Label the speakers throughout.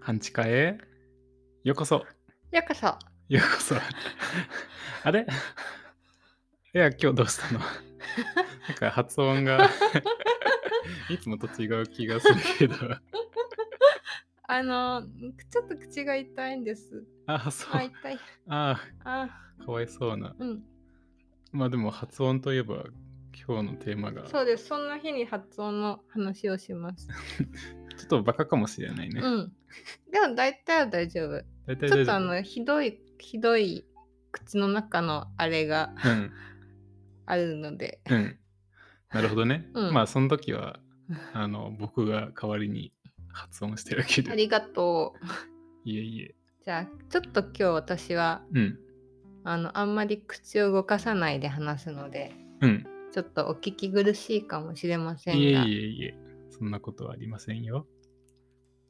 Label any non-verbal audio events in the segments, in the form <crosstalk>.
Speaker 1: 半地下へようこそ
Speaker 2: ようこそ。
Speaker 1: ようこそあれいや今日どうしたのなんか発音が <laughs> いつもと違う気がするけど
Speaker 2: あの、ちょっと口が痛いんです。
Speaker 1: ああそう、
Speaker 2: あ、痛い。
Speaker 1: あ
Speaker 2: あ、
Speaker 1: あかわいそうな
Speaker 2: うん。
Speaker 1: まあでも発音といえば今日のテーマがちょ
Speaker 2: そうです。そんな日に発音の話をし <laughs> ます。
Speaker 1: っとバカかもしれないね、
Speaker 2: うん。でも大体は大丈夫。
Speaker 1: 大体
Speaker 2: ち
Speaker 1: 大
Speaker 2: ょっとあ
Speaker 1: 丈夫
Speaker 2: の、ひどい、ひどい口の中のあれが
Speaker 1: うん
Speaker 2: あるので。
Speaker 1: うんなるほどね、
Speaker 2: うん
Speaker 1: まあその時
Speaker 2: <laughs>
Speaker 1: はあの僕が代わりに発音してるわけ
Speaker 2: あ
Speaker 1: で
Speaker 2: りがとう。
Speaker 1: いえいえ
Speaker 2: じゃあ、ちょっと今日私は、
Speaker 1: うん
Speaker 2: あの、あんまり口を動かさないで話すので、
Speaker 1: うん
Speaker 2: ちょっとお聞き苦しいかもしれませんが。
Speaker 1: いえいえいえ、そんなことはありませんよ。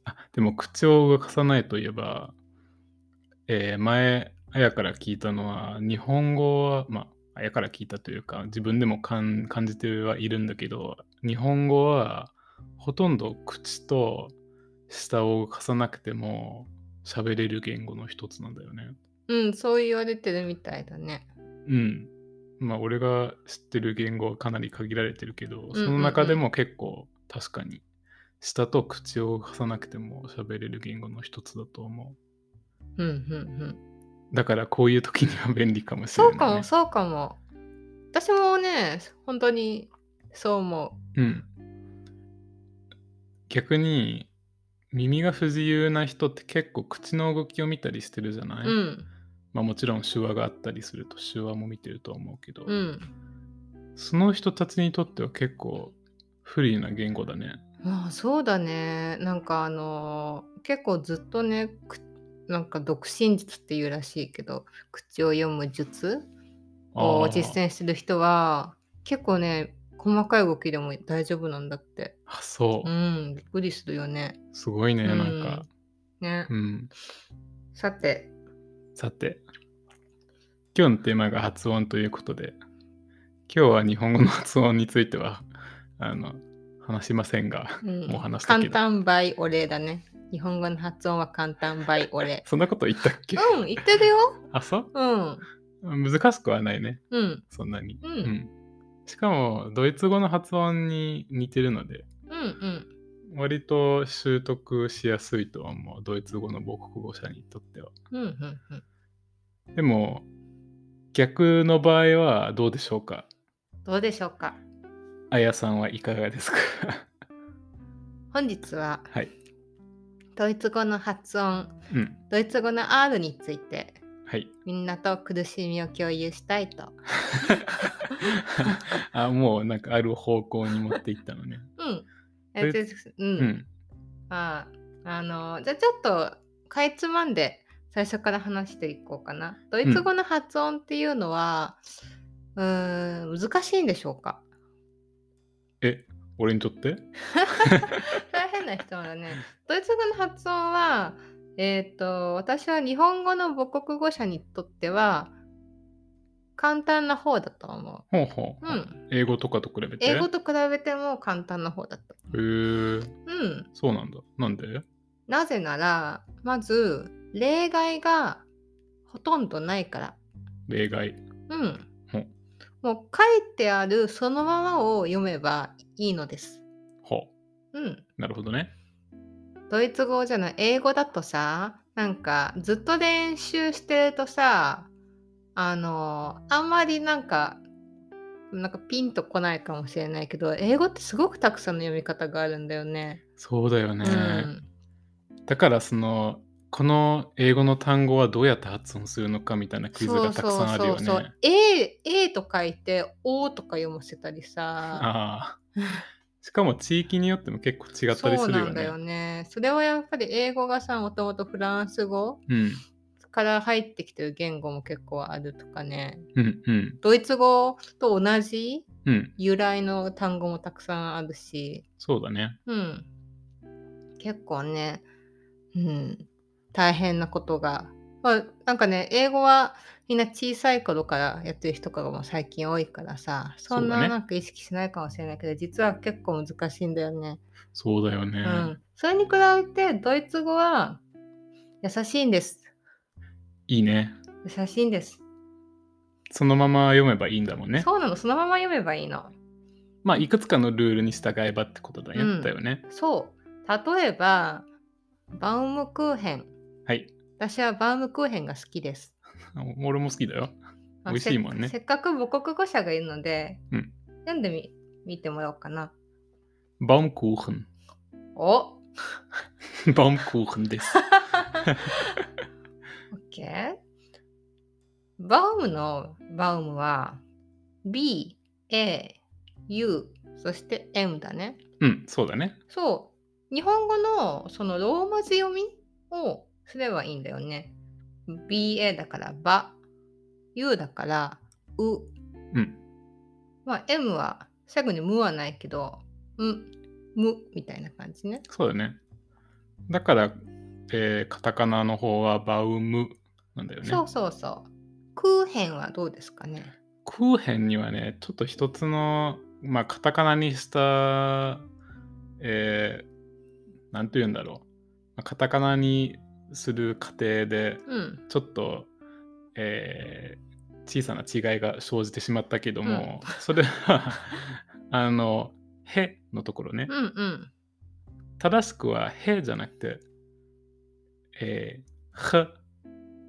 Speaker 1: あでも口を動かさないといえば、えー前、あやから聞いたのは、日本語は、まあ、あやから聞いたというか、自分でも感感じてはいるんだけど、日本語はほとんど口と舌を動かさなくても喋れる言語の一つなんだよね。
Speaker 2: うん、そう言われてるみたいだね。
Speaker 1: うん。まあ、俺が知ってる言語はかなり限られてるけど、
Speaker 2: ん
Speaker 1: その中でも結構確かに、舌と口を動かさなくても喋れる言語の一つだと思
Speaker 2: うんうんうん。
Speaker 1: う。だからこういう時には便利かもしれ
Speaker 2: そ
Speaker 1: ないうね、
Speaker 2: かも、そうかも。私もね、本当にそう思
Speaker 1: うん。逆に、耳が不自由な人って結構口の動きを見たりしてるじゃな
Speaker 2: う。
Speaker 1: い、
Speaker 2: うん、
Speaker 1: まあもちろん手話があったりすると手話も見てると思うけど、
Speaker 2: うん。
Speaker 1: その人たちにとっては結構不利な言語だね。
Speaker 2: まあそうだね。なんかあのー結構ずっとね、くなんか独身術っていうらしいけど、口を読む術を
Speaker 1: あー
Speaker 2: 実践してる人は、結構ね、細かい動きでも大丈夫なんだって。
Speaker 1: あそうう、
Speaker 2: ん、びっくりするよね。
Speaker 1: すごいね、
Speaker 2: うん
Speaker 1: なんか、
Speaker 2: ね。
Speaker 1: うん、
Speaker 2: さて、
Speaker 1: さて今日のテーマが発音ということで今日は日本語の発音については <laughs> あの話しませんが
Speaker 2: うん
Speaker 1: もう話したけ
Speaker 2: 簡
Speaker 1: ど。
Speaker 2: 単倍お礼だね。日本語の発音は簡単倍お礼
Speaker 1: <laughs> そんなこと言ったっけ、
Speaker 2: うん、言ってるよ。
Speaker 1: あそう
Speaker 2: うん。
Speaker 1: 難しくはないね
Speaker 2: うん。
Speaker 1: そんなに、
Speaker 2: うん
Speaker 1: うんしかもドイツ語の発音に似てるので
Speaker 2: うんうん。
Speaker 1: 割と習得しやすいとは思うドイツ語の母国語者にとっては
Speaker 2: うんうんうん。
Speaker 1: でも逆の場合はどうでしょうか
Speaker 2: どうでしょうか。
Speaker 1: あやさんはいかがですか
Speaker 2: 本日は
Speaker 1: はい。
Speaker 2: ドイツ語の発音、
Speaker 1: うん。
Speaker 2: ドイツ語の R について
Speaker 1: はい。 <laughs>
Speaker 2: みんなと苦しみを共有したいと。
Speaker 1: あ、もうなんかある方向に持っていったのね。
Speaker 2: うん。
Speaker 1: ド
Speaker 2: え
Speaker 1: イ
Speaker 2: で <laughs> う。
Speaker 1: うんん。
Speaker 2: まあ、あの、じゃあちょっとかいつまんで最初から話していこうかな。ドイツ語の発音っていうのは、うーん、難しいんでしょうか。
Speaker 1: え、俺にとって
Speaker 2: 大変な質問だね。ドイツ語の発音は、えっ、と、私は日本語の母国語者にとっては、簡単な方だと思
Speaker 1: ほうほう。
Speaker 2: う。うん。
Speaker 1: 英語とかと比べて。
Speaker 2: 英語と比べても簡単な方だと。
Speaker 1: へー
Speaker 2: うん。
Speaker 1: そうなんだ。なんで
Speaker 2: なぜなら、まず、例外がほとんどないから。
Speaker 1: 例外。
Speaker 2: うん
Speaker 1: ほう。
Speaker 2: もう書いてあるそのままを読めばいいのです。
Speaker 1: ほ
Speaker 2: うん。
Speaker 1: う。なるほどね。
Speaker 2: ドイツ語じゃない英語だとさなんかずっと練習してるとさあのあんまりなんかなんかピンとこないかもしれないけど英語ってすごくたくさんの読み方があるんだよね。
Speaker 1: そうだよ
Speaker 2: う
Speaker 1: ね。
Speaker 2: ん、
Speaker 1: だからその、この英語の単語はどうやって発音するのかみたいなクイズ
Speaker 2: そ
Speaker 1: が
Speaker 2: う
Speaker 1: たく
Speaker 2: そ
Speaker 1: さ
Speaker 2: うん
Speaker 1: ある
Speaker 2: そ
Speaker 1: よ
Speaker 2: う
Speaker 1: ね。
Speaker 2: そう。A, A と書いて O とか読ませたりさ。
Speaker 1: ああ。しかも地域によっても結構違ったり
Speaker 2: そ
Speaker 1: する
Speaker 2: うな
Speaker 1: よ
Speaker 2: んだ
Speaker 1: ね
Speaker 2: よ。ね。それはやっぱり英語がさもともとフランス語
Speaker 1: うん。
Speaker 2: から入ってきてる言語も結構あるとかね。
Speaker 1: うんうん。
Speaker 2: ドイツ語と同じ
Speaker 1: うん。
Speaker 2: 由来の単語もたくさんあるし、
Speaker 1: そうだね。
Speaker 2: うん、結構ね、うん、大変なことが、まあ、なんかね英語はみんな小さい頃からやってる人がもう最近多いからさそん
Speaker 1: そうだ
Speaker 2: な
Speaker 1: ね
Speaker 2: なんか意識しないかもしれないけど、実は結構難しいんだよね、
Speaker 1: そうだよね。
Speaker 2: うん、それに比べてドイツ語は優しいんです。
Speaker 1: いいね。
Speaker 2: 優しいんです。
Speaker 1: そのまま読めばいいんだもんね。
Speaker 2: そうなの、そのまま読めばいいの。
Speaker 1: まあ、いくつかのルールに従えばってことだ
Speaker 2: うん
Speaker 1: よだよね。
Speaker 2: そう。例えば、バウムクーヘン。
Speaker 1: はい。
Speaker 2: 私はバウムクーヘンが好きです。
Speaker 1: お俺も好きだよ。
Speaker 2: まあ
Speaker 1: 美味しいもんね
Speaker 2: せっせっかく母国語者がいるので、
Speaker 1: うん
Speaker 2: 読んでみ見てもらおうかな。
Speaker 1: バウムクーヘ <laughs> ン。
Speaker 2: お
Speaker 1: バウムクーヘン
Speaker 2: <laughs>
Speaker 1: です。
Speaker 2: !OK。バウムのバウムは B、A、U、そして M だね。
Speaker 1: うん、そうだね。
Speaker 2: そう。日本語のそのローマ字読みをすればいいんだよね。BA だからバ、U だからう。
Speaker 1: うん。
Speaker 2: まあ M は最後に無はないけど、ん、むみたいな感じね。
Speaker 1: そうだね。だから、えーカタカナの方はバウムなんだよね。
Speaker 2: そうそうそう。空編はどうですかね。
Speaker 1: クーヘンにはね、ちょっと一つの、まあ、カタカナにした、えー、なんて言うんだろう。まあカタカナにする過程で、
Speaker 2: うん。
Speaker 1: ちょっと、えー小さな違いが生じてしまったけども、それは、あの、へのところね、
Speaker 2: うんうん。
Speaker 1: 正しくはへじゃなくて、えー、へ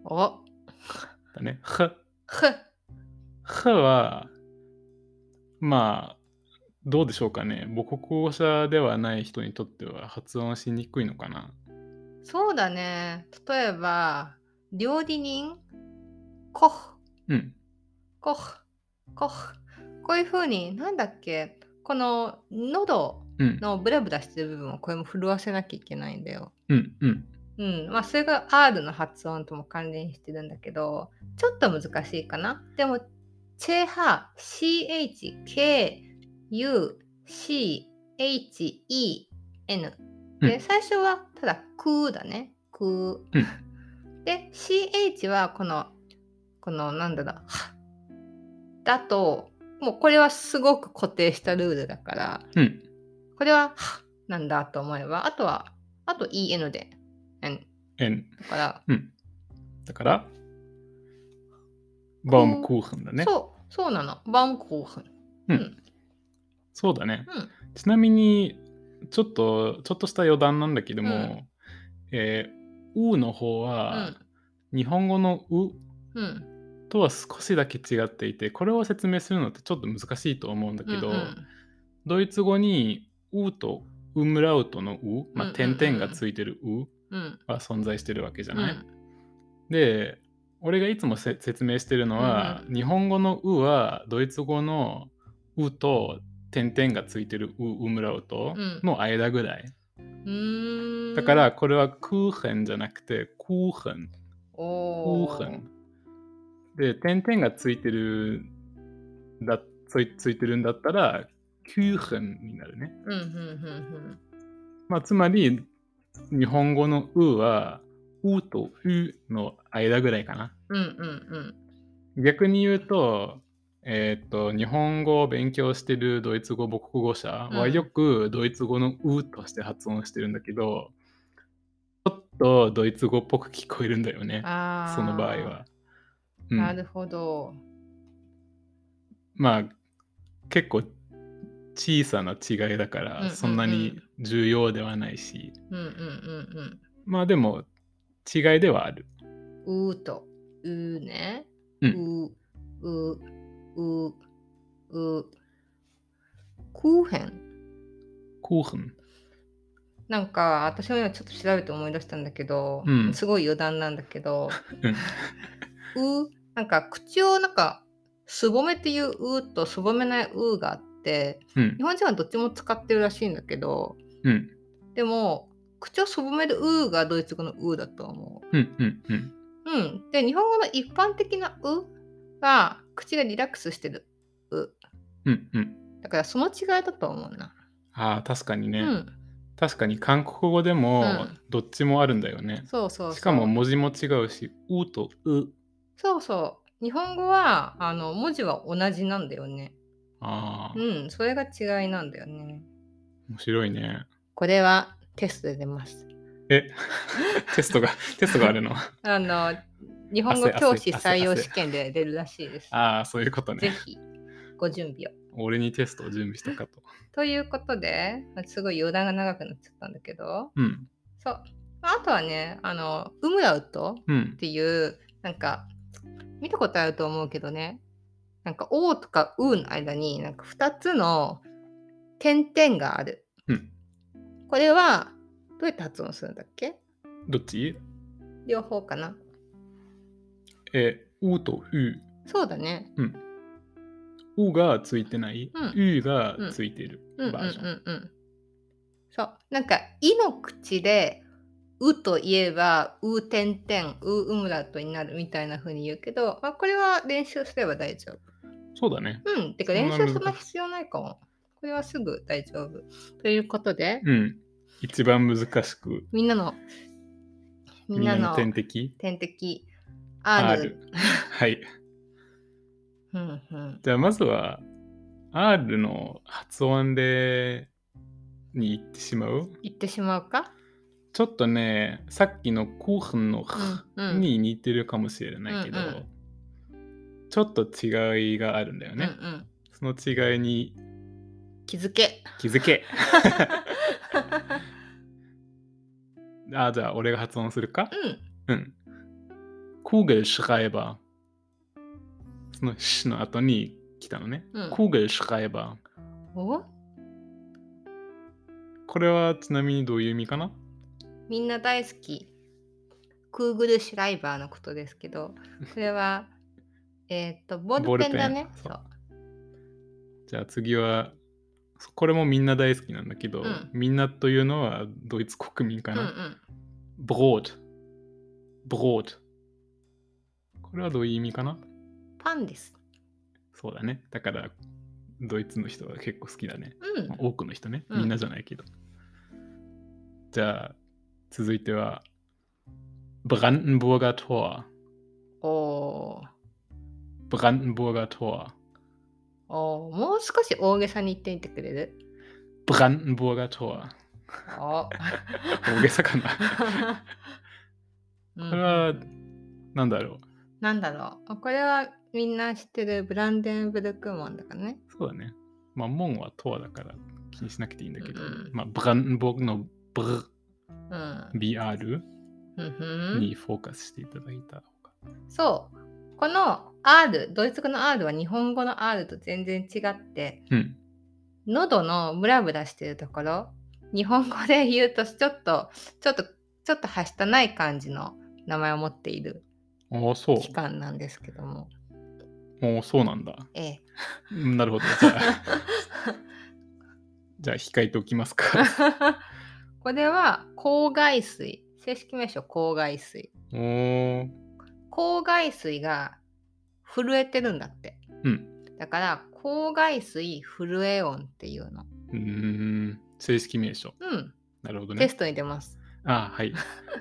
Speaker 2: お、
Speaker 1: だね。へ。
Speaker 2: ふ、
Speaker 1: 歯は、まあ、どうでしょうかね。母国語者ではない人にとっては発音しにくいのかな。
Speaker 2: そうだね。例えば、料理人、コフ、
Speaker 1: うん。
Speaker 2: コフ、コフ。こういうふうに、なんだっけ、この喉
Speaker 1: うん。
Speaker 2: のブラブラしてる部分をこれも震わせなきゃいけないんだよ。
Speaker 1: うん。うん。
Speaker 2: うん、まあそれが R の発音とも関連してるんだけどちょっと難しいかなでもチェハ CHKUCHEN で、
Speaker 1: うん
Speaker 2: 最初はただ「く」だね「く」
Speaker 1: うん
Speaker 2: で CH はこのこのなんだろうはだともうこれはすごく固定したルールだから
Speaker 1: うん。
Speaker 2: これははなんだと思えばあとはあと EN で N
Speaker 1: えん。
Speaker 2: だから、
Speaker 1: だから、バウムクーヘンだね。そう
Speaker 2: そう、そうなの。バウムクーヘン。
Speaker 1: だね。
Speaker 2: うん。
Speaker 1: ちなみに、ちょっと、ちょっとした余談なんだけども、
Speaker 2: うん
Speaker 1: えー、うの方は、日本語のう
Speaker 2: うん。うん。
Speaker 1: とは少しだけ違っていて、これを説明するのってちょっと難しいと思うんだけど、
Speaker 2: うんうん
Speaker 1: ドイツ語に「う」と「ウムラウト」の「う」まあ、
Speaker 2: うんうんうん
Speaker 1: 点々がついてる「う
Speaker 2: うん。」
Speaker 1: は存在してるわけじゃ
Speaker 2: う
Speaker 1: ない。
Speaker 2: ん
Speaker 1: で俺がいつもせ説明してるのは、
Speaker 2: う
Speaker 1: 日本語の「う」はドイツ語の「う」と点々がついてる「う」ウムラウト
Speaker 2: うん
Speaker 1: の間ぐらい、
Speaker 2: うーん。
Speaker 1: だから、これは「クーヘン」じゃなくて「クーヘン」「ク
Speaker 2: お
Speaker 1: ーヘ
Speaker 2: ー
Speaker 1: ン」で点々がついてるだついついてるんだったら「キューヘン」になるね
Speaker 2: うんうんうん
Speaker 1: まあ、つまり、日本語のうは、うとうの間ぐらいかな。
Speaker 2: うん。うんうん
Speaker 1: 逆に言うと、えーっと、日本語を勉強してるドイツ語母国語者
Speaker 2: う
Speaker 1: は
Speaker 2: ん
Speaker 1: よくドイツ語のうとして発音してるんだけど、ちょっとドイツ語っぽく聞こえるんだよ
Speaker 2: う
Speaker 1: ね
Speaker 2: ん。。あー
Speaker 1: その場合。は。う、
Speaker 2: なんるほど。
Speaker 1: まあ、結構小さな違いだから、
Speaker 2: うんうんうん
Speaker 1: そんなに重要ではないし、
Speaker 2: うんうんうん
Speaker 1: まあでも、違いではある。
Speaker 2: うん。うーと、うーね。
Speaker 1: う
Speaker 2: う、う、う、う。クーヘン。
Speaker 1: クーヘン。
Speaker 2: なんか私も今ちょっと調べて思い出したんだけど、
Speaker 1: うん
Speaker 2: すごい余談なんだけど、うなんか口をなんかすぼめっていううとすぼめないうがあって
Speaker 1: うん
Speaker 2: 日。本人はどっちも使ってるらしいんだけど
Speaker 1: うん。
Speaker 2: でも口をすぼめるうがドイツ語のうだと思う。
Speaker 1: うん。うん。うん。
Speaker 2: うん、で日本語の一般的なうは口がリラックスしてるう
Speaker 1: うん。うん。
Speaker 2: だからその違いだと思うな。
Speaker 1: ああ、確かにね、
Speaker 2: うん、
Speaker 1: 確かに韓国語でも
Speaker 2: うん
Speaker 1: どっちもあるんだよね。
Speaker 2: そうそうそう
Speaker 1: しかも文字も違うし、うとう。
Speaker 2: そうそう日本語はあの文字は同じなんだよね。
Speaker 1: ああ、
Speaker 2: うん、それが違いなんだよね。
Speaker 1: 面白いね。
Speaker 2: これはテストで出ます。
Speaker 1: え、 <laughs> テスト
Speaker 2: <laughs>
Speaker 1: が、テストがあるの。
Speaker 2: あの、日本語
Speaker 1: 汗
Speaker 2: 教師採用
Speaker 1: 汗汗
Speaker 2: 試験で出るらしいです。
Speaker 1: ああ、そういうこと
Speaker 2: ぜ
Speaker 1: ね。
Speaker 2: ひ、ご準備を。
Speaker 1: 俺にテストを準備したかと。
Speaker 2: ということで、すごい余談が長くなっちゃったんだけど、
Speaker 1: うん。
Speaker 2: そう。あとはね、あの、ウムラウト
Speaker 1: うん
Speaker 2: っ。ていう、なんか、見たことあると思うけどね、なんか、O とか U の間に、なんか2つの点々がある。
Speaker 1: うん。
Speaker 2: これは、どうやって発音するんだっけ
Speaker 1: どっち
Speaker 2: 両方かな。
Speaker 1: え、うとう。
Speaker 2: そうだね。
Speaker 1: うがついてない。
Speaker 2: うん
Speaker 1: うがついてる
Speaker 2: うんうんう
Speaker 1: バージョン。
Speaker 2: んうん。そう。なんか、いの口で、うといえば、う点々、ううむらとになるみたいな風に言うけど、まあ、これは練習すれば大丈夫。
Speaker 1: そうだね。
Speaker 2: うん。てか、
Speaker 1: そん
Speaker 2: 練
Speaker 1: な
Speaker 2: 習そんな
Speaker 1: 難しい
Speaker 2: 必要ないかも。これはすぐ大丈夫。ということで、
Speaker 1: うん。一番難しく、
Speaker 2: みんなの、
Speaker 1: み
Speaker 2: みん
Speaker 1: ん
Speaker 2: な
Speaker 1: な
Speaker 2: の
Speaker 1: の天
Speaker 2: <laughs>
Speaker 1: 敵。
Speaker 2: 点滴、R。
Speaker 1: はい。
Speaker 2: うんうん。
Speaker 1: じゃあ、まずは、R の発音で、に行ってしまう
Speaker 2: 言ってしまうか
Speaker 1: ちょっとね、さっきのコーハンのハ
Speaker 2: うんうん
Speaker 1: に似てるかもしれないけど、
Speaker 2: うん
Speaker 1: ちょっと違いがあるんだよね。
Speaker 2: うんうん。
Speaker 1: その違いに
Speaker 2: 気づけ。 <laughs>
Speaker 1: 気づけ。あ、じゃあ俺が発音するか
Speaker 2: うん。
Speaker 1: うん。コーゲルシュえば、そのシの後に来たのね。
Speaker 2: うん
Speaker 1: コーゲルシュえば。
Speaker 2: お
Speaker 1: これはちなみにどういう意味かな
Speaker 2: みんな大好き、クーグルシュライバーのことですけど、こ
Speaker 1: <laughs>
Speaker 2: れは、えっと、ボー
Speaker 1: ボー
Speaker 2: ル
Speaker 1: ルペン
Speaker 2: ペンだね。そ
Speaker 1: そううじゃあ次は、これもみんな大好きなんだけど、
Speaker 2: うん
Speaker 1: みんなというのはドイツ国民か
Speaker 2: うんう
Speaker 1: な。
Speaker 2: ん。
Speaker 1: ブロード。ブロード。これはどういう意味かな
Speaker 2: パンです。
Speaker 1: そうだね。だから、ドイツの人は結構好きだね。
Speaker 2: うん
Speaker 1: まあ。多くの人ね。
Speaker 2: うん
Speaker 1: みんなじゃないけど。じゃあ、続いては、ブランデンブーガート
Speaker 2: おー
Speaker 1: ー。ブランデンブーガートー。
Speaker 2: おーもう少し大げさに言ってみてくれる
Speaker 1: ブランデンブーガートー。
Speaker 2: お
Speaker 1: 大げさかな。<laughs>
Speaker 2: う
Speaker 1: こ
Speaker 2: ん
Speaker 1: れは、なんだろう。
Speaker 2: なんだろうこれはみんな知ってるブランデンブルクモンだからね。
Speaker 1: そうだね。まあ、門はトーだから気にしなくていいんだけど、
Speaker 2: うんうん
Speaker 1: まあ、ブランデンブーグのブル、
Speaker 2: うん。
Speaker 1: BR
Speaker 2: うんふん
Speaker 1: にフォーカスしていただいた方が。
Speaker 2: そう。この R、ドイツ語の R は日本語の R と全然違って、
Speaker 1: うん。
Speaker 2: 喉のムラムラしてるところ日本語で言うとちょっとちょっとちょっとはしたない感じの名前を持っている
Speaker 1: ああ、そう。
Speaker 2: 期間なんですけども
Speaker 1: おーそうなんだ。<laughs>
Speaker 2: ええ
Speaker 1: うんなるほど。じゃあ、 <laughs> じゃあ控えておきますか。
Speaker 2: これは口外水正式名称口外水
Speaker 1: <laughs> おー
Speaker 2: 口外水が震えてるんだって
Speaker 1: うん。
Speaker 2: だから口外水震え音っていうの
Speaker 1: うーん。正式名称。
Speaker 2: うん、
Speaker 1: なるほど
Speaker 2: テ
Speaker 1: ね。
Speaker 2: ストに出ます
Speaker 1: あーはい。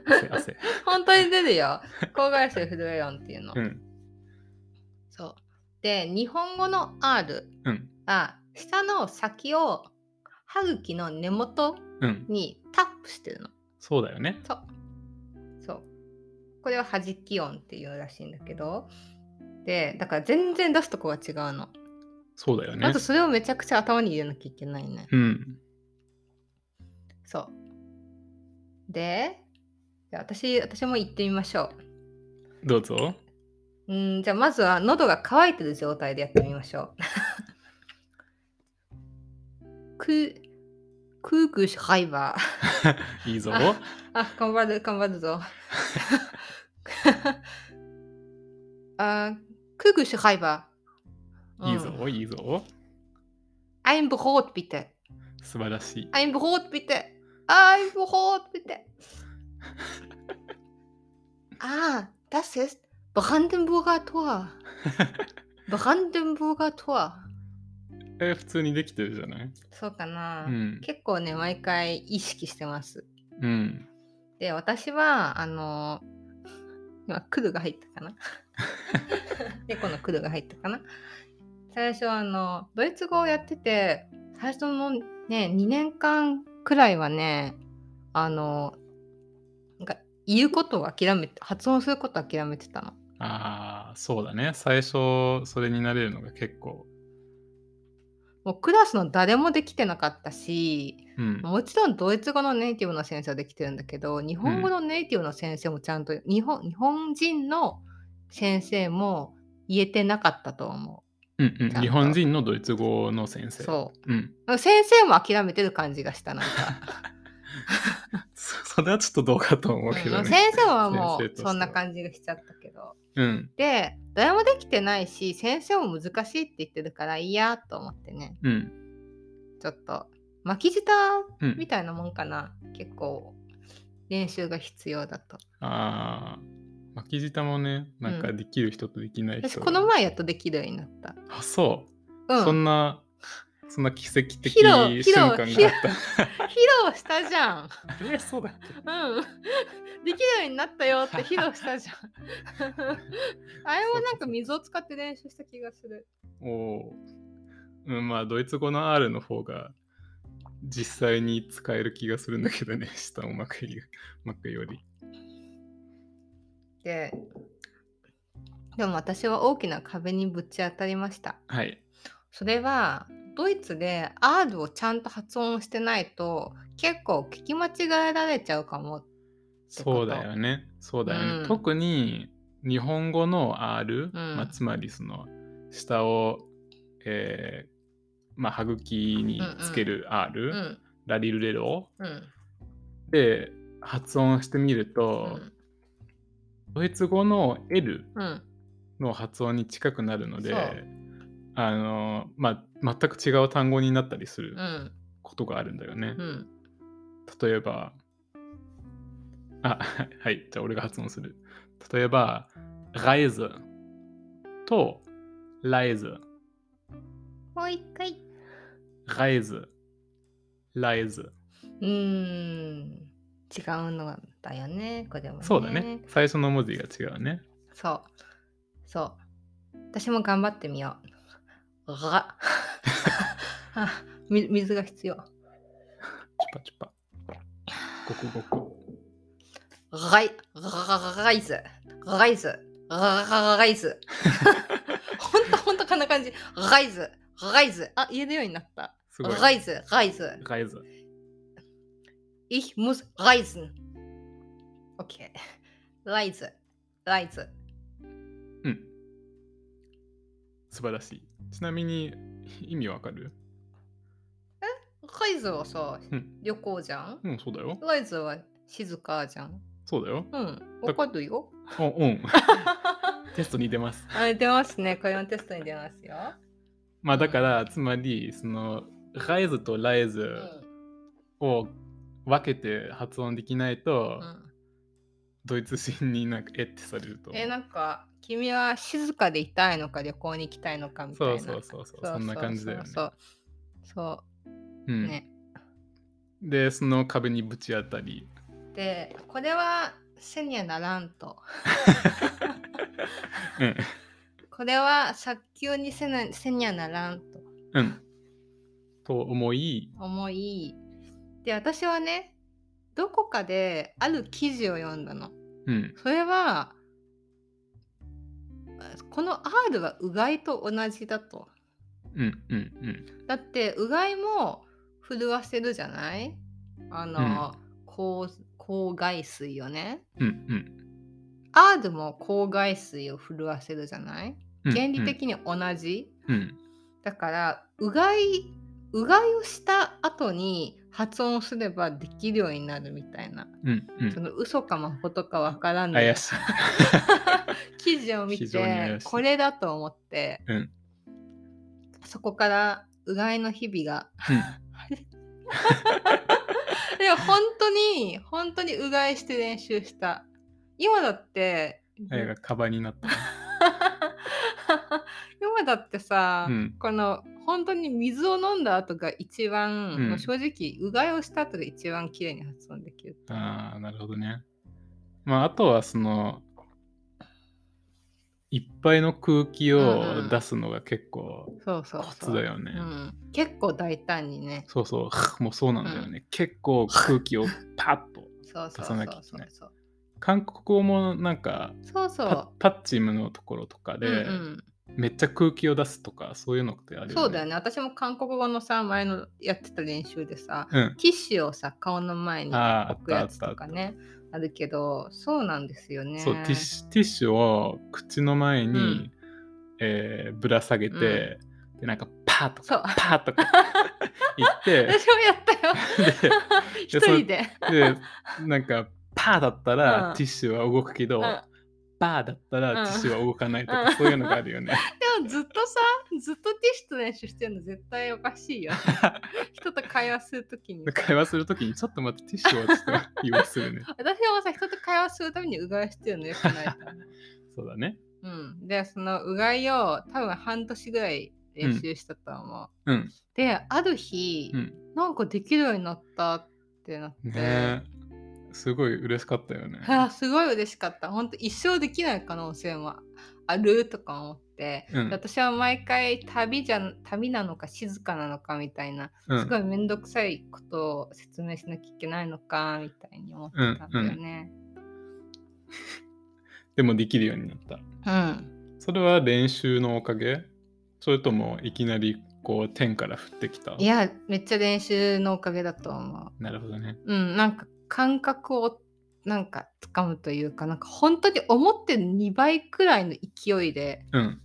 Speaker 1: 汗、汗。
Speaker 2: 本当に出るよ口外水震え音っていうの、
Speaker 1: <laughs> うん。
Speaker 2: そうで日本語の R
Speaker 1: うん。
Speaker 2: あ下の先を歯茎の根元
Speaker 1: うん。
Speaker 2: にタップしてるの
Speaker 1: そうだよね。
Speaker 2: そうそうこれを弾き音っていうらしいんだけどでだから全然出すとこが違うの、
Speaker 1: そうだよ
Speaker 2: ま
Speaker 1: ね
Speaker 2: ず。それをめちゃくちゃ頭に入れなきゃいけないね
Speaker 1: うん。
Speaker 2: そうでじゃあ私私も行ってみましょ
Speaker 1: どうぞ。
Speaker 2: ううんじゃあまずは喉が渇いてる状態でやってみましょ <laughs> うククーグシュハイバー
Speaker 1: いいぞ。
Speaker 2: <laughs> ああ、頑張る、頑張る <laughs> ぞ。あ、クーグシュハイバー。
Speaker 1: いいぞ。いいぞ。
Speaker 2: Ein Brot bitte.
Speaker 1: 素晴らしい。
Speaker 2: Ein Brot bitte. Ein Brot bitte.
Speaker 1: <laughs>
Speaker 2: あ、das ist Brandenburger
Speaker 1: <laughs>
Speaker 2: Tor. Brandenburger Tor.
Speaker 1: え、普通にできてるじゃない
Speaker 2: そうかな、
Speaker 1: うん。
Speaker 2: 結構ね、毎回意識してます。
Speaker 1: うん。
Speaker 2: で私はあの今クルが入ったかな猫のクルが入ったかな最初あのドイツ語をやってて最初のね2年間くらいはねあの言うことを諦めて発音することを諦めてたの
Speaker 1: ああ、そうだね。最初、それになれるのが結構。
Speaker 2: もうクラスの誰もできてなかったし
Speaker 1: うん。
Speaker 2: もちろんドイツ語のネイティブの先生はできてるんだけど日本語のネイティブの先生もちゃんと日本,、日本人の先生も言えてなかったと思
Speaker 1: うんうん
Speaker 2: ちゃんと
Speaker 1: 日本人のドイツ語の先
Speaker 2: う
Speaker 1: 生。。
Speaker 2: そう
Speaker 1: ん。
Speaker 2: う先生も諦めてる感じがしたなんか
Speaker 1: <laughs> そ <laughs> それはちょっとどうかと思うけど
Speaker 2: うん
Speaker 1: ね。
Speaker 2: 先生はも
Speaker 1: 先生と
Speaker 2: う
Speaker 1: しては
Speaker 2: そんな感じがしちゃったけど
Speaker 1: うん。
Speaker 2: で誰もできてないし先生も難しいって言ってるから嫌と思ってね
Speaker 1: うん。
Speaker 2: ちょっと巻き舌
Speaker 1: うん
Speaker 2: み。たいなもんかな結構練習が必要だと
Speaker 1: ああ。巻き舌もね、なんかできる人とできない人。
Speaker 2: 私この。前やっとできるようになった
Speaker 1: あ、そうう。
Speaker 2: ん
Speaker 1: そんな、そんな奇跡的
Speaker 2: 披露披露
Speaker 1: 瞬間があっ
Speaker 2: 披露したじゃん
Speaker 1: た。 <laughs> え、そうだっけ。
Speaker 2: うんできるようになったよって披露したじゃ
Speaker 1: <laughs>
Speaker 2: んあれもなんか水を使って練習した気がする
Speaker 1: おお。うん、まあ、ドイツ語の R の方が実際に使える気がするんだけどね、 <laughs> 下を巻くよ巻くより。
Speaker 2: ででも私は大きな壁にぶち当たりました
Speaker 1: はい。
Speaker 2: それはドイツで R をちゃんと発音してないと結構聞き間違えられちゃうかもってこと
Speaker 1: そうだよね。そうだよね。
Speaker 2: うん
Speaker 1: 特に日本語の R、
Speaker 2: うん
Speaker 1: まあ、つまりその下を、えーまあ、歯茎につける R、
Speaker 2: うん
Speaker 1: ラリルレロ
Speaker 2: うん
Speaker 1: で発音してみる
Speaker 2: う
Speaker 1: と、
Speaker 2: ん
Speaker 1: ドイツ語の L
Speaker 2: うん
Speaker 1: の発音に近くなるので
Speaker 2: そう、
Speaker 1: あのまあ、全く違う単語になったりする
Speaker 2: うん
Speaker 1: ことがあるんだよね。
Speaker 2: うん
Speaker 1: 例えば、あ、 <laughs> はい、じゃあ俺が発音する。例えば、reise と leise、
Speaker 2: もう一回
Speaker 1: reise、leise。
Speaker 2: うーん違うのだよねこれも
Speaker 1: そうだね。最初の文字が違うね。
Speaker 2: そうそう私も頑張ってみようがあ <laughs> み水が必要
Speaker 1: チュパチュパ。ごくごく。
Speaker 2: ガイ、ガイズ、ガイズ、ガイズ。ほんとほんとこんな感じ。ガイズ、ガイズ。あ、言えるようになった。
Speaker 1: すごい。
Speaker 2: ガイズ、ガイズ。
Speaker 1: reise。
Speaker 2: Ich muss reisen. Okay. Reise, Reise.
Speaker 1: うん。素晴らしい。ちなみに、意味わかる
Speaker 2: Reise はさ
Speaker 1: うん、
Speaker 2: 旅行じゃん
Speaker 1: うん、そうだよ。
Speaker 2: ?Reise は静かじゃん。
Speaker 1: そうだよ。
Speaker 2: うん、わかるよ。
Speaker 1: おうん。
Speaker 2: <laughs>
Speaker 1: テストに出ます。
Speaker 2: あ出ますね。これもテストに出ますよ。
Speaker 1: まあだから、つまり、その、reise と leise、
Speaker 2: うん。
Speaker 1: を分けて発音できないと、
Speaker 2: うん
Speaker 1: ドイツ人になんかえってされると思う
Speaker 2: えなんか君は静かでいたいのか旅行に行きたいのかみたいな
Speaker 1: そうそうそうそうそんな感じだよね
Speaker 2: そう
Speaker 1: う
Speaker 2: そうそうんね
Speaker 1: でその壁にぶち当たり
Speaker 2: でこれは背にはならんと
Speaker 1: うん
Speaker 2: これは早急にせな背にはならんと
Speaker 1: うんと思い
Speaker 2: 思いで私はねどこかである記事を読んだの
Speaker 1: うん
Speaker 2: それはこの R はうがいと同じだと
Speaker 1: うんうんうん
Speaker 2: だってうがいも震わせるじゃないあの、抗抗害水をね
Speaker 1: うんうん
Speaker 2: アードも抗害水を震わせるじゃない
Speaker 1: うん
Speaker 2: 原理的に同じ、
Speaker 1: うん
Speaker 2: だからうがいうがいをした後に発音すればできるようになるみたいな、
Speaker 1: うんう
Speaker 2: そ
Speaker 1: ん
Speaker 2: の嘘かまことかわからない
Speaker 1: 怪しい
Speaker 2: <laughs> 記事を見
Speaker 1: 非常に
Speaker 2: て
Speaker 1: 怪しい
Speaker 2: これだと思って、
Speaker 1: うん
Speaker 2: そこからうがいの日々が <laughs>
Speaker 1: うん
Speaker 2: でも本当に本当にうがいして練習した今だって
Speaker 1: あやがカバンになったね
Speaker 2: <laughs> 今だってさ、
Speaker 1: うん
Speaker 2: この本当に水を飲んだ後が一番、
Speaker 1: うん
Speaker 2: もう正直うがいをした後が一番綺麗に発音できる
Speaker 1: ああなるほどねまああとはそのいっぱいの空気
Speaker 2: うんう
Speaker 1: を
Speaker 2: ん
Speaker 1: 出すのが結構
Speaker 2: そうそう
Speaker 1: コ
Speaker 2: そ
Speaker 1: ツ
Speaker 2: う
Speaker 1: だよね、
Speaker 2: うん、結構大胆にね
Speaker 1: そう <laughs> そう、もうそうなんだよね。結構空気をパッと
Speaker 2: そうそう
Speaker 1: 出
Speaker 2: そ
Speaker 1: さ
Speaker 2: う
Speaker 1: な
Speaker 2: そう
Speaker 1: きゃいけ
Speaker 2: そ
Speaker 1: ないう
Speaker 2: そう
Speaker 1: 韓国語もなんか
Speaker 2: そうそ
Speaker 1: タ
Speaker 2: う。
Speaker 1: タッチムのところとかで、
Speaker 2: うんうん、
Speaker 1: めっちゃ空気を出すとかそういうのってあるよね。
Speaker 2: そうだよね私も韓国語のさ前のやってた練習でさ
Speaker 1: うん。
Speaker 2: ティッシュをさ顔の前に
Speaker 1: あー
Speaker 2: 置くやつとかねあるけどそうなんですよね
Speaker 1: そうティッシュティッシュを口の前に、
Speaker 2: うん
Speaker 1: えーぶら下げて、
Speaker 2: うん
Speaker 1: でなんかパーと
Speaker 2: そう
Speaker 1: かパーと
Speaker 2: <laughs>
Speaker 1: か言って
Speaker 2: 私もやっ
Speaker 1: <laughs>
Speaker 2: たよ一
Speaker 1: それ
Speaker 2: 人で
Speaker 1: でなんかパーだったら、
Speaker 2: うん
Speaker 1: ティッシュは動くけど、
Speaker 2: うん
Speaker 1: パーだったら、
Speaker 2: うん
Speaker 1: ティッシュは動かないとか、
Speaker 2: うん
Speaker 1: そういうのがあるよ
Speaker 2: <laughs>
Speaker 1: ね。
Speaker 2: でもずっとさずっとティッシュと練習してるの絶対おかしいよ <laughs> 人と会話するときに
Speaker 1: <laughs> 会話するときにちょっと待ってティッシュをちょっと言わするね。
Speaker 2: <laughs> 私もさ人と会話するためにうがいしてるのよく
Speaker 1: <laughs>
Speaker 2: ないと思う
Speaker 1: そうだね。
Speaker 2: うん、でそのうがいを多分半年ぐらい練習したと思う。
Speaker 1: うん
Speaker 2: である日、
Speaker 1: うん。
Speaker 2: なんかできるようになったってなって、
Speaker 1: ねえすごい嬉しかったよね。
Speaker 2: あーすごい嬉しかった本当一生できない可能性もあるとか思って、
Speaker 1: うん
Speaker 2: で私は毎回旅じゃん旅なのか静かなのかみたいな
Speaker 1: うん
Speaker 2: すごい面倒くさいことを説明しなきゃいけないのかみたいに思ってたんだよね。
Speaker 1: でもできるようになった。
Speaker 2: うん、
Speaker 1: それは練習のおかげそれともいきなりこう天から降ってきた
Speaker 2: いやめっちゃ練習のおかげだと思う。
Speaker 1: なるほどね。
Speaker 2: うん、なんか感覚をなんか掴むというかなんか本当に思ってる2倍くらいの勢いで
Speaker 1: うん。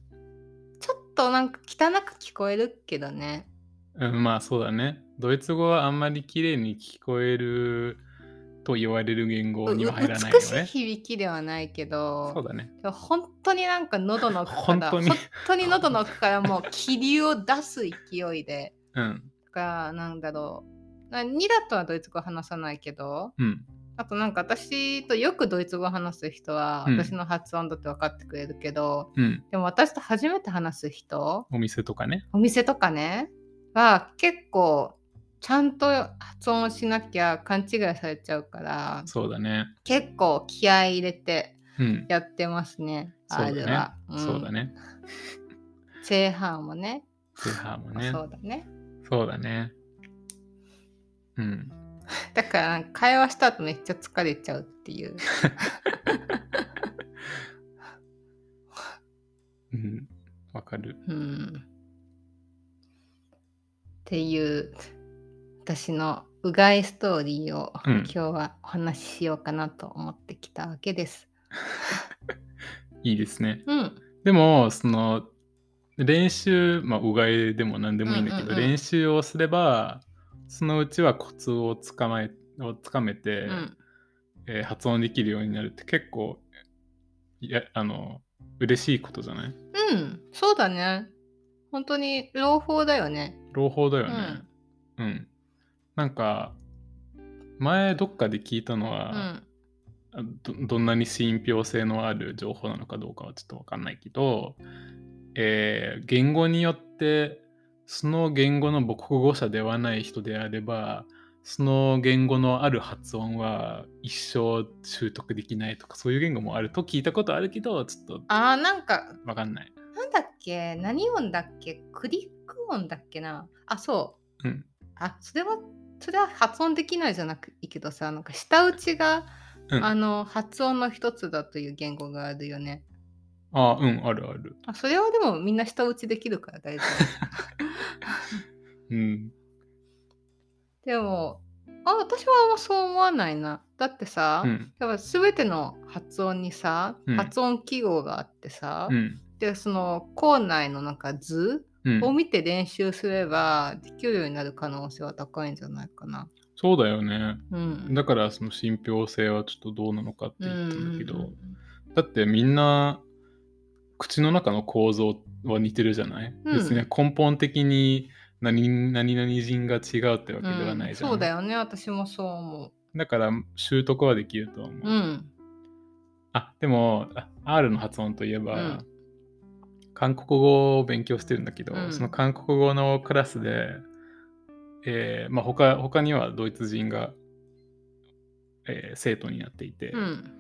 Speaker 2: ちょっとなんか汚く聞こえるけどね
Speaker 1: うん、まあそうだね。ドイツ語はあんまり綺麗に聞こえると言われる言語
Speaker 2: う
Speaker 1: には入らないよ
Speaker 2: 美しい
Speaker 1: ね。
Speaker 2: 響きではないけ
Speaker 1: そう
Speaker 2: ど
Speaker 1: だね。
Speaker 2: でも本当になんか喉の奥から
Speaker 1: 本当に
Speaker 2: 喉の奥からもう気流を出す勢いで
Speaker 1: うん。
Speaker 2: とかなんだろうな2だとはドイツ語話さないけど
Speaker 1: うん。
Speaker 2: あとなんか私とよくドイツ語話す人は
Speaker 1: うん
Speaker 2: 私の発音だって分かってくれるけど、
Speaker 1: うん。
Speaker 2: でも私と初めて話す人
Speaker 1: お店とかね。
Speaker 2: お店とかねは結構ちゃんと発音しなきゃ勘違いされちゃうから
Speaker 1: そうだね。
Speaker 2: 結構気合い入れて
Speaker 1: うん。
Speaker 2: やってますね
Speaker 1: そう
Speaker 2: R
Speaker 1: だ
Speaker 2: は
Speaker 1: ね。そうだ
Speaker 2: ね
Speaker 1: ね。
Speaker 2: 正反もね
Speaker 1: ツーハーもね。
Speaker 2: そうだね
Speaker 1: そうだね。うん。
Speaker 2: だからなんか会話した後めっちゃ疲れちゃうって
Speaker 1: <laughs>
Speaker 2: いう
Speaker 1: うん。わかる。
Speaker 2: うんっていう私のうがいストーリーを
Speaker 1: うん
Speaker 2: 今日はお話ししようかなと思ってきたわけです。
Speaker 1: いいですね。
Speaker 2: うん
Speaker 1: でもその練習まあうがいでも何でもいいんだけど、
Speaker 2: うんうんうん
Speaker 1: 練習をすればそのうちはコツをつかまえをつかめて、
Speaker 2: うん
Speaker 1: えー発音できるようになるって結構いやあの嬉しいことじゃない
Speaker 2: うん、そうだね。本当に朗報だよね。
Speaker 1: 朗報だよ
Speaker 2: う
Speaker 1: ね
Speaker 2: ん。
Speaker 1: うん、なんか前どっかで聞いたの
Speaker 2: う
Speaker 1: は、
Speaker 2: ん。
Speaker 1: どどんなに信憑性のある情報なのかどうかはちょっと分かんないけど、えー言語によってその言語の母国語者ではない人であればその言語のある発音は一生習得できないとかそういう言語もあると聞いたことあるけどちょっと
Speaker 2: あーなんか、
Speaker 1: 分かんない。
Speaker 2: なんだっけ何音だっけクリック音だっけなあ、そう。
Speaker 1: うん、
Speaker 2: あ、それは、それは発音できないじゃなくいいけどさ、なんか舌打ちが、
Speaker 1: うん
Speaker 2: あの、発音の一つだという言語があるよね。
Speaker 1: あうんあるある。
Speaker 2: あそれはでもみんな舌打ちできるから大丈
Speaker 1: <laughs> うん
Speaker 2: 夫。でも、あ、私はあんまそう思わないな。だってさ、
Speaker 1: うん
Speaker 2: やっぱ全ての発音にさ、
Speaker 1: うん
Speaker 2: 発音記号があってさ、
Speaker 1: うん
Speaker 2: でその校内のなんか図
Speaker 1: うん
Speaker 2: を見て練習すればできるようになる可能性は高いんじゃないかな。
Speaker 1: そうだよね。
Speaker 2: うん。
Speaker 1: だからその信憑性はちょっとどうなのかって言ったんだけど。
Speaker 2: うんうん
Speaker 1: だってみんな口の中の構造は似てるじゃない、
Speaker 2: うん
Speaker 1: 別に根本的に何何々人が違うってわけ
Speaker 2: うん
Speaker 1: ではないじゃん、
Speaker 2: そうだよね私もそう思
Speaker 1: だから習得はできると思う、
Speaker 2: う。うん。
Speaker 1: あでもあ R の発音といえば、
Speaker 2: うん
Speaker 1: 韓国語を勉強してるんだけど、
Speaker 2: うん
Speaker 1: その韓国語のクラスで、えーまあ、他他にはドイツ人が、えー生徒になっていて、
Speaker 2: うん。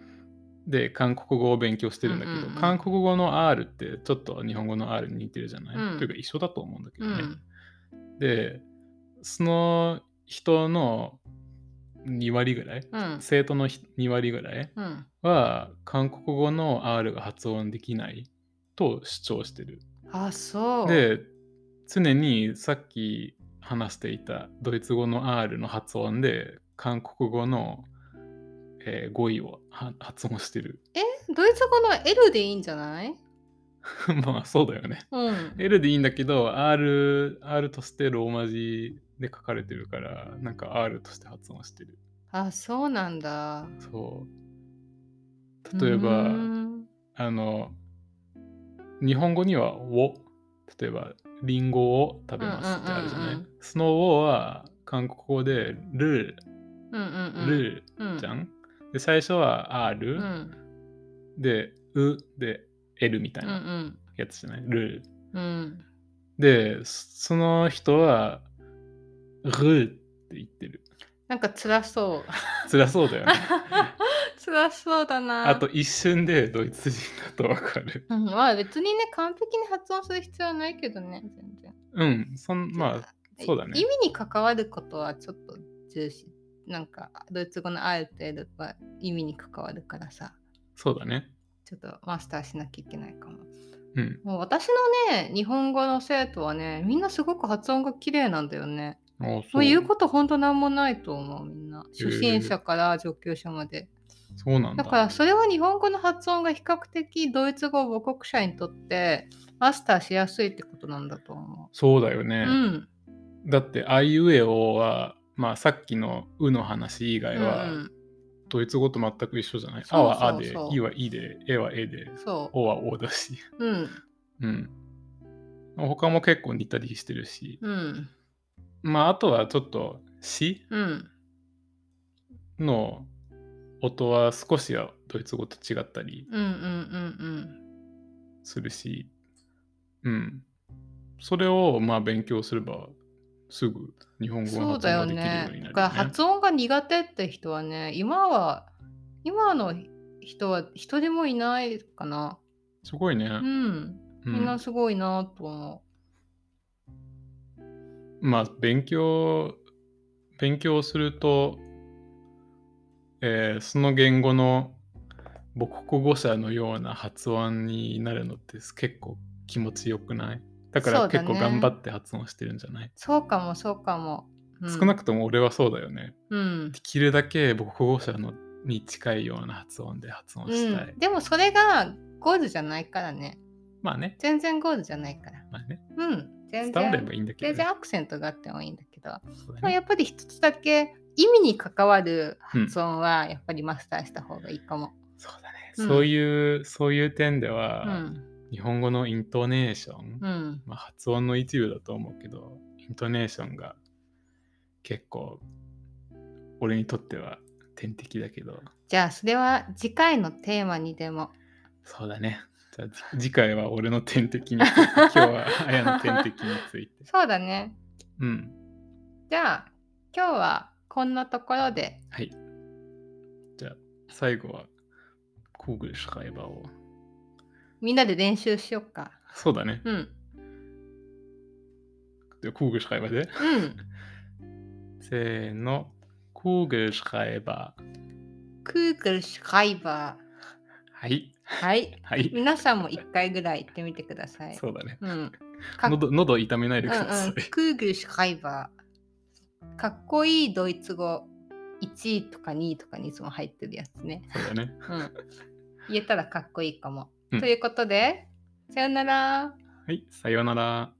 Speaker 1: で韓国語を勉強してるんだけど、
Speaker 2: うんうんうん
Speaker 1: 韓国語の R ってちょっと日本語の R に似てるじゃない、
Speaker 2: うん
Speaker 1: というか一緒だと思うんだけ
Speaker 2: う
Speaker 1: どね。
Speaker 2: ん。
Speaker 1: でその人の2割ぐらい
Speaker 2: うん。
Speaker 1: 生徒の2割ぐらい
Speaker 2: うん。
Speaker 1: は韓国語の R が発音できないと主張してる。
Speaker 2: あ、そう。
Speaker 1: で常にさっき話していたドイツ語の R の発音で韓国語の、えー語彙をは発音してる。 <laughs>
Speaker 2: ドイツ語の L でいいんじゃない
Speaker 1: まあそうだよね。
Speaker 2: うん。
Speaker 1: L でいいんだけど R, R としてローマ字で書かれてるからなんか R として発音してる。
Speaker 2: あ、そうなんだ。
Speaker 1: そう例えば、
Speaker 2: うん
Speaker 1: あの日本語には「を」例えば「リンゴを食べます」ってあるじゃない、
Speaker 2: うんうんうん
Speaker 1: その「を」は韓国語で「ル
Speaker 2: うん
Speaker 1: ー」「
Speaker 2: うん
Speaker 1: ル
Speaker 2: う
Speaker 1: ー」
Speaker 2: ん。
Speaker 1: じゃん、で最初は「
Speaker 2: う
Speaker 1: R
Speaker 2: ん。う」ん
Speaker 1: で「う」で「L」みた
Speaker 2: う
Speaker 1: い
Speaker 2: んう
Speaker 1: なんやつじゃない、ルー
Speaker 2: うん。
Speaker 1: でその人は「ルー」って言ってる
Speaker 2: なんか辛そう。 <laughs>
Speaker 1: 辛そうだよね
Speaker 2: 辛そうだな。
Speaker 1: あと一瞬でドイツ人だとわかる
Speaker 2: うん、まあ別にね、完璧に発音する必要はないけどね、全然。
Speaker 1: うんそんまあそうだね
Speaker 2: 意味に関わることはちょっと重視。なんか、ドイツ語の R と L は意味に関わるからさ、
Speaker 1: そうだね
Speaker 2: ちょっとマスターしなきゃいけないかも。
Speaker 1: うん
Speaker 2: もう私のね、日本語の生徒はね、みんなすごく発音が綺麗なんだよね。
Speaker 1: あそう
Speaker 2: もう言うことほんとなんもないと思う、みんな。初心者から上級者まで。
Speaker 1: そうなんだ
Speaker 2: だからそれは日本語の発音が比較的ドイツ語母国者にとってマスターしやすいってことなんだと思
Speaker 1: そうだよ
Speaker 2: う。
Speaker 1: ね
Speaker 2: う、ん。
Speaker 1: だって「あいうえお」は、まあ、さっきの「う」の話以
Speaker 2: う
Speaker 1: 外
Speaker 2: んう
Speaker 1: は、
Speaker 2: ん、
Speaker 1: ドイツ語と全く一緒じゃない「
Speaker 2: そ
Speaker 1: あ」
Speaker 2: うそうそう
Speaker 1: は「あ」で「い」は「い」で「え」は「え」で
Speaker 2: そ
Speaker 1: 「お」は「お」だし <laughs>
Speaker 2: う。うん。
Speaker 1: うん他も結構似たりしてるし
Speaker 2: うん。
Speaker 1: まああとはちょっと「し
Speaker 2: うん。」
Speaker 1: の音は少しはドイツ語と違ったり
Speaker 2: うんうんうん
Speaker 1: するしうんそれをまあ勉強すればすぐ日本
Speaker 2: う
Speaker 1: 語の
Speaker 2: ん。そう
Speaker 1: 発
Speaker 2: だよ
Speaker 1: 音ができるようにな
Speaker 2: ね
Speaker 1: るよね。
Speaker 2: だから発音が苦手って人はね、今は、今の人は一人もいないかな。
Speaker 1: すごいね。
Speaker 2: うん。
Speaker 1: うん
Speaker 2: みんなすごいなと思
Speaker 1: まあ勉強勉強すると、えーその言語の母国語者のような発音になるのって結構気持ちよくないだか
Speaker 2: そ
Speaker 1: ら
Speaker 2: うだ
Speaker 1: 結
Speaker 2: ね。、
Speaker 1: 構頑張って発音してるんじゃないう
Speaker 2: そうかもそうかも。うん、
Speaker 1: 少なくとも俺はそうだよね。
Speaker 2: うん
Speaker 1: で。きるだけ母国語者のに近いような発音で発音したい。
Speaker 2: うん、でもそれがゴールじゃないからね
Speaker 1: まあね、
Speaker 2: 全然ゴールじゃないから
Speaker 1: まあね、
Speaker 2: うん全
Speaker 1: 伝われ
Speaker 2: 然
Speaker 1: ばいいんだけ
Speaker 2: 全
Speaker 1: ど、ね
Speaker 2: 然アクセントがあってもいいんだけど、
Speaker 1: そうだ
Speaker 2: まあ
Speaker 1: ね
Speaker 2: やっぱり一つだけ意味に関わる発音はやっぱりマスターした方がいいかも、
Speaker 1: そうだね
Speaker 2: うん
Speaker 1: そういう、そういう点で
Speaker 2: う
Speaker 1: は、
Speaker 2: ん
Speaker 1: 日本語のイントネーション、
Speaker 2: うん、
Speaker 1: まあ、発音の一部だと思うけど、イントネーションが結構俺にとっては天敵だけど、
Speaker 2: じゃあそれは次回のテーマにでも
Speaker 1: そうだね。じゃあ
Speaker 2: <laughs>
Speaker 1: 次次回は俺の天敵について、今日はあやの天敵について。
Speaker 2: そうだね
Speaker 1: うん。
Speaker 2: じゃあ今日はこんなところで
Speaker 1: はい。じゃあ最後は、コーグルシャイバーを。
Speaker 2: みんなで練習しようか
Speaker 1: そうだね。
Speaker 2: うん
Speaker 1: でコーグルシャイバーで。
Speaker 2: うん
Speaker 1: <laughs> せーの。コーグルシャイバー。
Speaker 2: クーグルシュライバー
Speaker 1: はい。
Speaker 2: はい
Speaker 1: はい。
Speaker 2: 皆さんも一回ぐらい言ってみてください
Speaker 1: そうだね。
Speaker 2: うん。か
Speaker 1: 喉喉痛めないで
Speaker 2: う
Speaker 1: く
Speaker 2: んう
Speaker 1: ださい。
Speaker 2: ん、クーグルシュハイバー。かっこいいドイツ語1位とか2位とかにいつも入ってるやつね。
Speaker 1: そうだね。
Speaker 2: うん、言えたらかっこいいかも。
Speaker 1: うん
Speaker 2: ということで、さよなら。
Speaker 1: はい、さようなら。